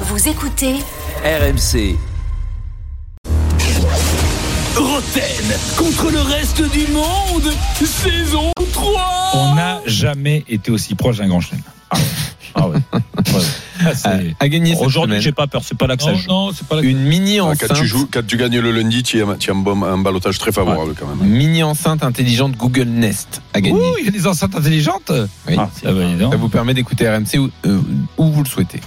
Vous écoutez RMC. Roten contre le reste du monde, saison 3 On n'a jamais été aussi proche d'un grand chelem. Ah ouais. Ah ouais. Ouais, ouais. Ah, c'est- à gagner Euh, cette Aujourd'hui, semaine. j'ai pas peur. C'est pas là que ça Non, joue. non, c'est pas la une mini Ah, Quand enceinte, tu, joues, quand tu gagnes le lundi, tu as, tu as un, bon, un balotage très favorable quand même. mini enceinte intelligente Google Nest à gagner. Ouh, il y a des enceintes intelligentes Oui. Ah, c'est- ah, bah, dis donc. Ça vous permet d'écouter RMC où, euh, où vous le souhaitez.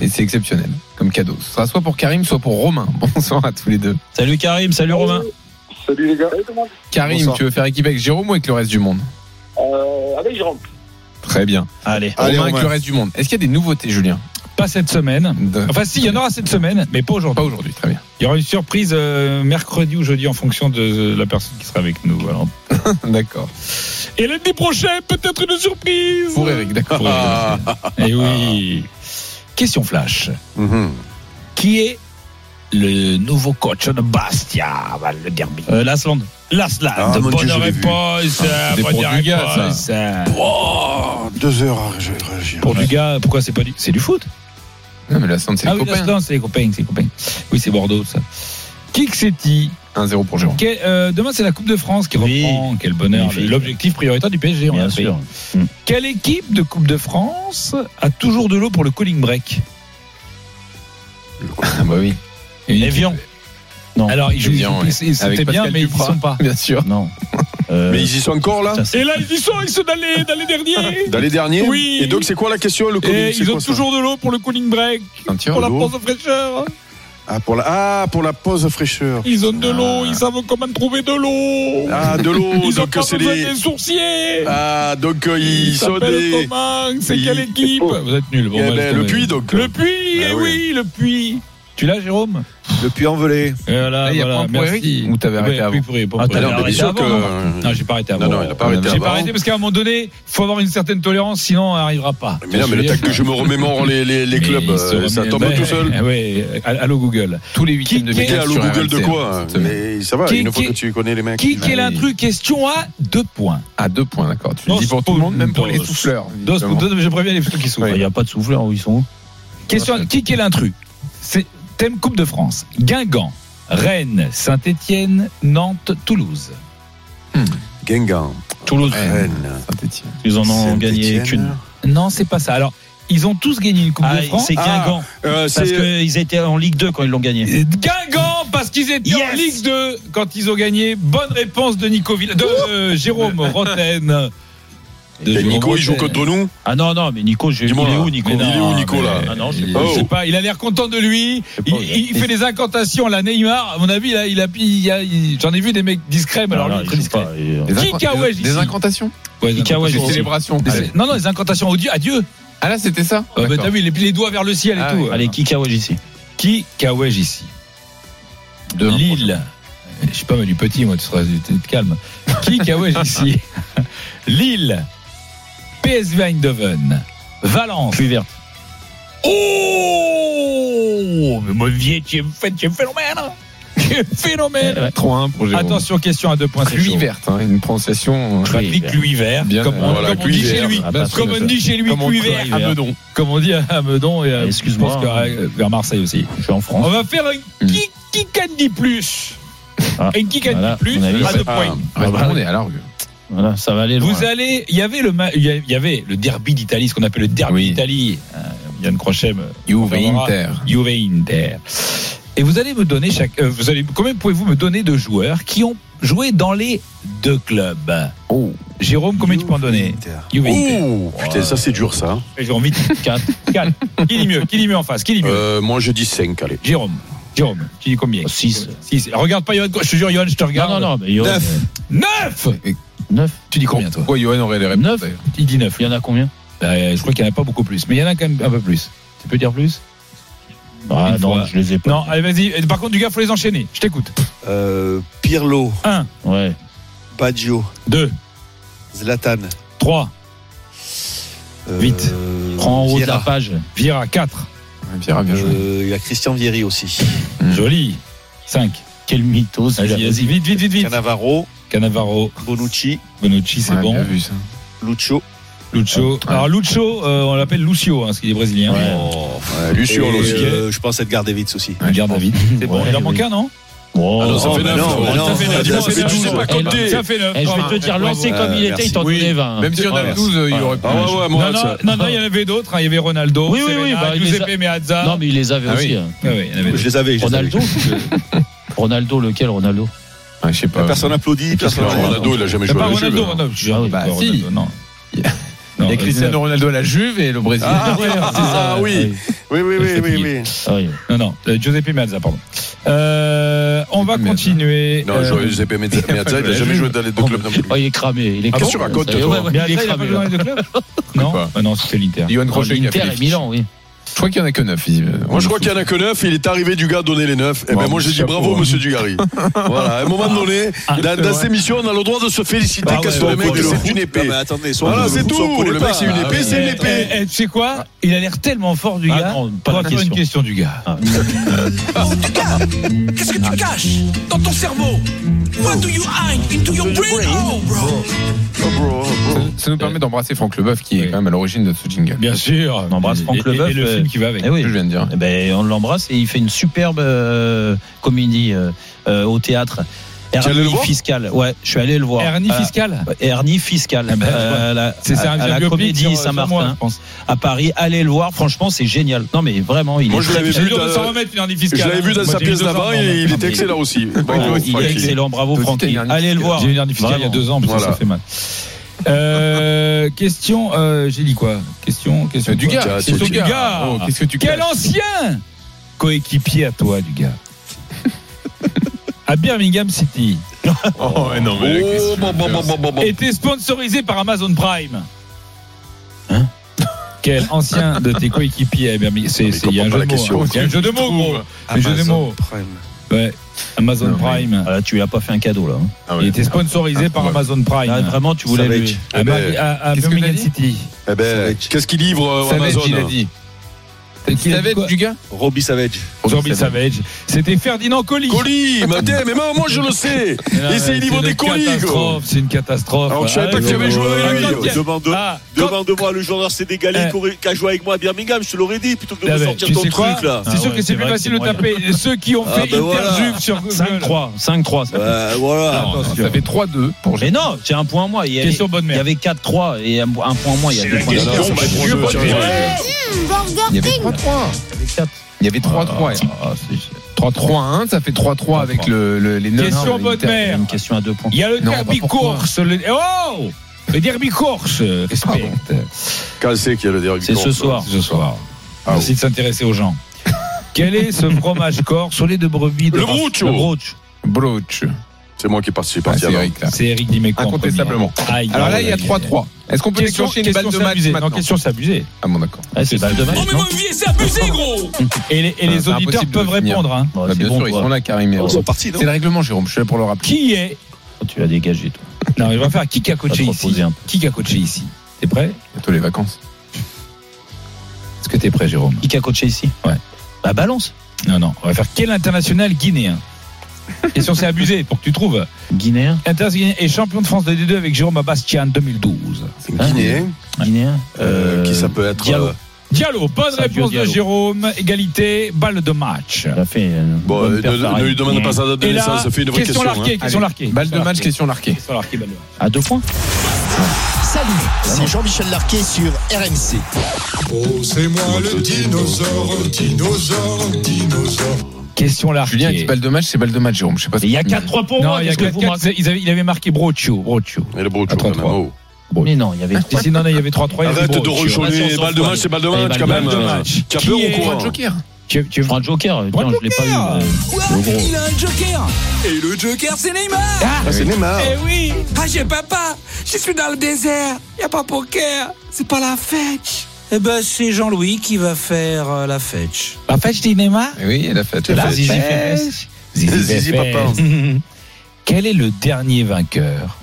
Et c'est exceptionnel comme cadeau. Ce sera soit pour Karim, soit pour Romain. Bonsoir à tous les deux. Salut Karim, salut Romain. Salut les gars. Karim, Bonsoir. tu veux faire équipe avec Jérôme ou avec le reste du monde Euh, avec Jérôme. Très bien. Allez, Allez, Romain avec Romain. le reste du monde. Est-ce qu'il y a des nouveautés, Julien Ah, pas cette semaine. De- Enfin, si, il y en aura cette semaine, mais pas Pas aujourd'hui. aujourd'hui, très bien. Il y aura une surprise euh, mercredi ou jeudi en fonction de euh, la personne qui sera avec nous. Alors. D'accord. Et lundi prochain, peut-être une surprise. Pour Eric, d'accord. Pour Ah. Eric. Eh oui. Question flash. Mhm. Qui est le nouveau coach de Bastia, Val le derby L'Asland. L'Asland. Ah, mon Bonne Dieu, je l'ai vu. réponse. euh, c'était bonne pour du gars, ça. réponse. Oh, deux heures à ré- réagir. Pour du gars, pourquoi c'est pas du. C'est du foot. Non, mais la Sante, c'est Ah les oui, copains. l'Asland, c'est les copains. C'est les copains. Oui, c'est Bordeaux, ça. Kick City. 1-0 pour Jérôme. Que- euh, demain, c'est la Coupe de France qui Oui. reprend. Quel bonheur. Magnifique. L'objectif prioritaire du PSG, on Bien l'a sûr. fait. Mm. Quelle équipe de Coupe de France a toujours de l'eau pour le calling break Ah bah oui. Evian. Non. Alors, ils jouent. ils Evian, jouent- ouais. c'est- Avec C'était bien, Pascal mais ils y Duprat. sont pas. Bien sûr. Non. Euh, Mais ils y sont encore là ça, Et là, ils y sont, ils sont dans les, dans les derniers. Dans les derniers Oui. Et donc, c'est quoi la question Le Covid, Et c'est ils ont quoi ça toujours de l'eau pour le cooling break, pour Ceinture. la l'eau. pause de fraîcheur. hein. ah, pour la... ah, pour la pause fraîcheur. Ils ont de l'eau, ils savent comment trouver de l'eau. Ah, de l'eau. ils ont donc, pas c'est besoin les. des sourciers. Ah, donc, euh, ils, ils sont s'appellent des. comment C'est Ils- quelle équipe Oh. Vous êtes nuls. Bon, Eh bah, ben, laisse le tomber. puits, donc. Le puits, Ah eh oui. oui. le puits. Tu l'as, Jérôme Le puits envelé. Voilà, Ah, il y a voilà, point pour merci. Eh ben, Eric, ou t'avais arrêté Ouais, avant oui, pour- pour- pour- Ah, t'avais Alors, arrêté bien sûr avant, que- non Non, j'ai pas arrêté avant. Non, non, il n'a pas arrêté J'ai pas avant. arrêté parce qu'à un moment donné, faut avoir une certaine tolérance, sinon on n'arrivera pas. Mais non, mais le temps que je me remémore les, les, les Mais clubs, il se euh, ça remet- tombe ben, tout seul. eh, ouais, allô Google. Tous les huitièmes de Qui- T'es finale à l'eau sur Google de RMC, quoi hein cette semaine. Mais ça va, Qui- une fois qui- que tu connais les mecs. Qui est l'intrus Question à deux points. À deux points, d'accord. Tu Dos le dis pour tout le monde, même pour les puntos. souffleurs. Dos évidemment. pour dos, je préviens les gens qui sont. Il n'y a pas de hein, souffleur, où ils sont où Question à- qui qui est l'intrus C'est thème Coupe de France. Guingamp, Rennes, Saint-Étienne, Nantes, Toulouse. Guingamp, Toulouse, Rennes. Saint-Étienne. ils en ont Euh, Saint-Étienne. gagné qu'une. Non, c'est pas ça. Alors ils ont tous gagné une Coupe Ah, de France. c'est Guingamp. Euh, Parce c'est qu'ils étaient en Ligue 2 quand ils l'ont gagné. Et Guingamp parce qu'ils étaient en Yes Ligue 2 quand ils ont gagné. Bonne réponse de Nico Vill- de euh, Jérôme Roten. De Et Jérôme Nico, il joue Roten. contre nous. Ah non, non, mais Nico, je... il est Dis-moi, où là. Nico Mais Il est non, où, Nico, là mais- Ah non, je sais Il pas, est je sais où pas. Il a l'air content de lui. sais Il, pas, il- il fait des incantations à la Neymar. À mon avis, là, il a, il y a- il- j'en ai vu des mecs discrets, mais alors lui, il est très discret. euh, Des, Qui incan- Kawaj des- ici des incantations Ouais, des Qui Kawaj Des incantations. ici. célébrations Des- Allez. Non, non, les incantations odieux. Adieu. Ah là, c'était ça Ah, bah, D'accord. T'as vu, les, les doigts vers le ciel Ah et tout. oui. Allez, qui Kawaj ici Qui Kawaj ici Demain, Lille. Je sais pas, mais du petit, moi, tu seras tu- tu te calme. Qui Kawaj ici Lille. PSV Eindhoven. Valence. Plus verte. Oh Mais mon vieil, tu es fait- tu es phénomène Tu es phénomène 3-1 pour Jérôme. Attention, question à deux points. c'est Pluie chaud. verte, hein, une prononciation. euh, Patrick Cluivert. Cluivert, Bien, comme, on, voilà, comme on dit Cluivert. chez lui, Ah, bah, comme on dit chez lui, comme on Cluivert, dit à Meudon. comme on dit à Meudon et à, Ah, excuse-moi. je pense qu'à- vers Marseille aussi. Je suis en France. On va faire un qui qui gagne dit plus, Ah, un qui gagne voilà, dit plus on a vu à ça. deux points. Reste- bah, on est à l'argue. Voilà, ça va aller loin. Vous allez, il y avait le ma- il y a- il y avait le derby d'Italie, ce qu'on appelle le derby Oui. d'Italie. Euh, Yann Crochem, Juve On verra. Inter. Juve Inter. Et vous allez me donner chaque, euh, vous allez, combien pouvez-vous me donner de joueurs qui ont joué dans les deux clubs Oh. Jérôme, combien tu peux en donner Juve Inter. Oh, putain, ça c'est dur ça. hein. J'ai envie de 4. Qui dit mieux Qui dit mieux en face Qui dit mieux Euh, moi je dis 5, allez. Jérôme. Jérôme, tu dis combien Six. 6. Regarde pas Johan, je te jure, Johan, je te Non, regarde. non, non, mais il y en a- 9. 9 Neuf Tu dis combien, toi Pourquoi Johan aurait les réponses Neuf d'ailleurs Il dit 9. Il y en a combien je crois qu'il n'y en a pas beaucoup plus, mais il y en a quand même un peu plus. Tu peux dire plus Ah Une non, fois. je les ai pas. Non, allez, vas-y. Et Par contre, du gars, faut les enchaîner. Je t'écoute. Euh, Pirlo, 1, Ouais. Baggio, 2, Zlatan. 3, euh, Vite. Prends en haut de la Vieira. page. Vira, 4. Ouais, Pierre a bien joué. Euh, Il y a Christian Vieri aussi. Hmm. Joli. 5. Quel mythos. Vas-y, vas-y, vite, vite, vite, vite. Cannavaro, Canavaro, Bonucci, Bonucci, c'est Ouais, bien bon. vu ça. Lucho. Lucho. Alors, Lucho, euh, on l'appelle Lucio, hein, parce qu'il est brésilien. Ouais. Oh, Ouais, Luciol Et, aussi. euh, je pense être Gardevitz aussi. Ouais, Garde David. C'est bon, Ouais, il en oui. manque un, non Oh, Ah non, ça oh, fait bah neuf, non, ouais, bah ça non. fait neuf, dis-moi, Ça c'est fait douze, douze. pas Eh, compté. je- Ça fait Oh. 9. eh, je Ah, vais te dire, lancé comme il était, il t'en Oui. donnait 20. Même si on avait Voilà. 12, euh, il aurait pu. Ah ouais, ouais, Non, moi, non, ça- non, non, il y en avait d'autres. hein. Il y avait Ronaldo, Oui, oui, oui, Semenat, bah, il les a- Giuseppe Meazza. Non, mais il les avait Ah oui. aussi. hein. Ah oui, il y en avait Je les avais. je les Ronaldo Ronaldo, lequel Ronaldo Ah, je sais avais. pas. Personne n'applaudit, Parce que personne. Ronaldo, il a jamais C'est joué Bah, pas à la Juve. Ronaldo, Ronaldo. Je- Ah oui, pas bah, Ronaldo, si. non. Il y a- Non, Il y a euh, Cristiano Ronaldo à la Juve et le Brésil. Ah, ouais, Ah, ah oui, oui, oui, oui, oui, oui. Ah oui. Non, non, euh, Giuseppe Meazza, pardon. Euh, on va Giuseppe Meazza. continuer. Non, euh, Giuseppe Meazza, il a jamais joué dans les deux clubs non plus. Ah, il est cramé. Il est Ah, qu'est-ce cramé. que tu racontes, Ça y est, toi ouais, ouais, Meazza, il est il a pas cramé. joué dans les deux clubs Non, pas. Ah non, c'était l'Inter. Johan Oh, Crochet, il a fait L'Inter des et fiches. Milan, oui. Je crois qu'il y en a que 9. Moi, je crois qu'il y en a que neuf. Il est arrivé du gars à donner les neuf. Et Bon, ben, moi, j'ai dit chapeau, bravo, hein. monsieur Dugarry. voilà. À un moment donné, dans, dans cette émission, on a le droit de se féliciter Ah qu'à ouais, ce ouais, mec, ouais, c'est une épée. attendez, Voilà, c'est tout. Le mec, ah, c'est une Ah, épée, c'est une Eh, épée. eh, tu sais quoi Il a l'air tellement fort du Ah gars. non, pas On va la faire une question question. du gars. Qu'est-ce que tu caches dans ton cerveau What do you hide into your brain, oh, bro Ça, ça nous permet d'embrasser Franck Leboeuf qui Euh, Oui. est quand même à l'origine de ce jingle. Bien sûr. On embrasse Et- Franck et- Leboeuf, Et le euh, film qui va avec. Eh oui. Je viens de dire. Eh ben, on l'embrasse et il fait une superbe euh, comédie euh, euh, au théâtre. allé le Hernie voir fiscale. Ouais, je suis allé le voir. Hernie Euh, fiscale ouais, Hernie fiscale. Ah ben, Euh, la- C'est ça, à- un à la biopic sur- comédie sur moi, je Saint-Martin pense. à Paris. Allez le voir, franchement, c'est génial. Non mais vraiment, il Moi, est je très l'avais bien. J'ai vu dû dans- s'en remettre une hernie Je fiscale. l'avant, hein. vu dans Moi, sa j'ai eu pièce deux ans d'avant avant, et mais- il était excellent aussi. Bravo, aussi, Il est Francky. excellent, Toi bravo aussi, t'as Francky. une hernie Allez le fiscale. voir. J'ai eu une hernie fiscale il y a Vraiment. deux ans, mais ça, ça Voilà. fait mal. Euh, question, euh, j'ai dit quoi Question, question. Euh, du quoi gars. Oh, Question du gars. Qu'est-ce que tu Quel caches ancien coéquipier à toi, du gars À Birmingham City. Oh, ouais, non, mais. qu'est-ce Oh, que bon, tu veux bon, bon, faire bon, bon, bon. Était sponsorisé par Amazon Prime. Hein Quel ancien de tes coéquipiers à Birmingham C'est mais c'est- il y a un comprends jeu de pas la mots. question. hein. Il y a un jeu de mots, gros. Un jeu de mots. Ouais. Amazon Non, mais- Prime. Ah, là, tu lui as pas fait un cadeau là. hein. Ah Il ouais. était sponsorisé par ouais. Amazon Prime. Là, vraiment, tu voulais Savage. lui. À, Eh Mar- ben, à- à qu'est-ce que Birmingham t'as dit City. Eh ben, qu'est-ce qu'il livre euh, Savage, Amazon il a dit. Qui a dit savait quoi du gars Robbie Savage. Zombie Savage. C'était Ferdinand Colli. Colis, mais attends, mais moi, moi, je le sais. Ah, Et c'est il livre une des colis, gros. catastrophe, C'est une catastrophe. Alors, je savais pas que tu avais joué avec lui. Attends, tiens. Demande-moi Ah, quand- le joueur sénégalais Eh. qui aurait- qui a joué avec moi à Birmingham, je te l'aurais dit, plutôt que de Ah me ben, sortir tu ton sais quoi truc là. C'est Ah sûr ouais, que c'est c'est plus vrai que facile c'est de taper ceux qui ont Ah fait ben voilà. Interjuve sur Google. 5-3, 5-3. ça fait. Ouais, voilà. Non, Ça fait 3-2 pour Mais non, j'ai un point en moins. Il y avait, Question bonne il y merde. avait 4-3 et un, un point en moins. Il y avait Non, non, c'est bah, pas Dieu, bon, bon tiens, Dieu. ouais. Il y avait 3-3. Il y avait 3-3. Ah, c'est- 3-3-1, ça fait 3-3 avec le, le- les 9. Question bonne mère. une question à deux points. Il y a le Non, derby pas pourquoi. corse. le- Oh Le derby corse. Respect. Quand c'est qu'il y a le derby C'est ce contre soir. Ce soir. oh. Ah, Merci de s'intéresser aux gens. Quel est ce fromage corse au lait de brebis de Le Raff- Bruccio. Le Bruccio. Broch. C'est moi qui participe Ah, parti c'est avant. Eric, là. C'est Eric Dimeco. en premier. Incontestablement. Aïe, Alors là, aïe, il y a aïe, aïe. 3-3. Est-ce qu'on peut Question, déclencher une balle question de match s'abuser. Non, maintenant question s'abuser. Ah bon, d'accord. Ah, c'est pas le dommage. Oh, mais non mon vieux, c'est abusé, gros Et les, et les Ah, C'est auditeurs impossible de peuvent finir. répondre. hein. Bon, Bah, c'est bien bon, sûr, ils toi. sont là, Karim. et Ils Roland. sont partis, non C'est le règlement, Jérôme, je suis là pour le rappeler. Qui est Tu l'as dégagé, toi. Non, mais on va faire qui a coaché Pas te ici reposer un peu. Qui a coaché ici hein. T'es prêt Bientôt les vacances. Est-ce que t'es prêt, Jérôme Qui a coaché ici Ouais. Bah, balance. Non, non. On va faire quel international guinéen Question, c'est abusé pour que tu trouves. Guinéen International guinéen et champion de France de D2 avec Jérôme Abastian 2012. C'est un Guinéen. Guinéen euh, Qui ça peut être Diallo. euh, Diallo, bonne Sadio réponse de Diallo. Jérôme. Égalité, balle de match. Il a fait. une Bon, bonne euh, perf ne, pareille. ne lui demande pas sa date de Et là, naissance, ça fait une vraie question question. larquée, hein. question larquée. Balle de match, question larquée. Question larquée, balle de match. À deux points Salut, c'est Jean-Michel Larquet sur RMC. Oh, c'est moi le dinosaure, dinosaure, dinosaure. Question larquée. Julien, il dit balle de match, c'est balle de match, Jérôme. Je sais pas Mais il y a 4-3 pour Non, moi. il y a qu'est-ce que vous me racontez quelqu'un- ils avaient- il avait marqué Brochio. Brochio. Et le Brocho, Attends, quand même. trois. oh. Mais non, il y avait. Ah, Si, si, non, non, il y avait 3-3. il y avait Arrête de Brochio. Attention, rechonner. sans Balle de froid. match, c'est balle de Allez, match balle quand de même. match. Tu as Qui peur est- ou Prends quoi le joker. Tu, tu- Je prends un joker. Prends Non, je l'ai pas eu. Joker. mais- Quoi Il a un joker Et le joker, c'est Neymar Ah, Ah, C'est Neymar. Eh oui Ah, j'ai papa Je suis dans le désert Y a pas poker C'est pas la fête Eh ben, c'est Jean-Louis qui va faire euh, la fête. la fête des Neymar Eh Oui, elle a fait. La Zizi Fest. Fest. Zizi Papa. Quel est le dernier vainqueur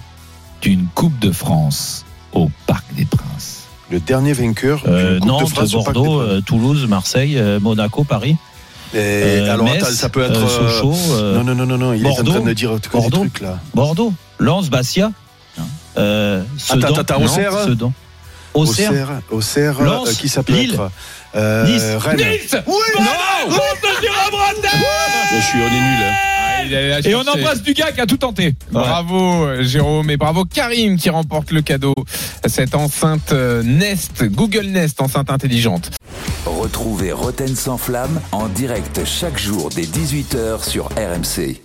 d'une Coupe de France au Parc des Princes Le dernier vainqueur. d'une Euh, Coupe de Nantes, France au Parc des Bordeaux, Princes. euh, Toulouse, Marseille, euh, Monaco, Paris. Eh, euh, Alors Metz, attends, ça peut être. euh, euh, Sochaux, euh, Non, non, non, non, non, il est en Bordeaux. train de dire tout des Bordeaux. trucs là. Bordeaux, Lens, Bastia, euh, Sedan, Attends, attends, attends, Nantes, Auxerre Sedan. Auxerre, Auxerre, Auxerre, euh, Lens, qui ça peut Lille. être euh, Nice. Rennes. Oui, non Je suis, on est nul. hein. Et on embrasse du gars qui a tout tenté. Bravo Jérôme et bravo Karim qui remporte le cadeau. Cette enceinte euh, Nest, Google Nest, enceinte intelligente. Retrouvez Roten sans flamme en direct chaque jour dès 18h sur RMC.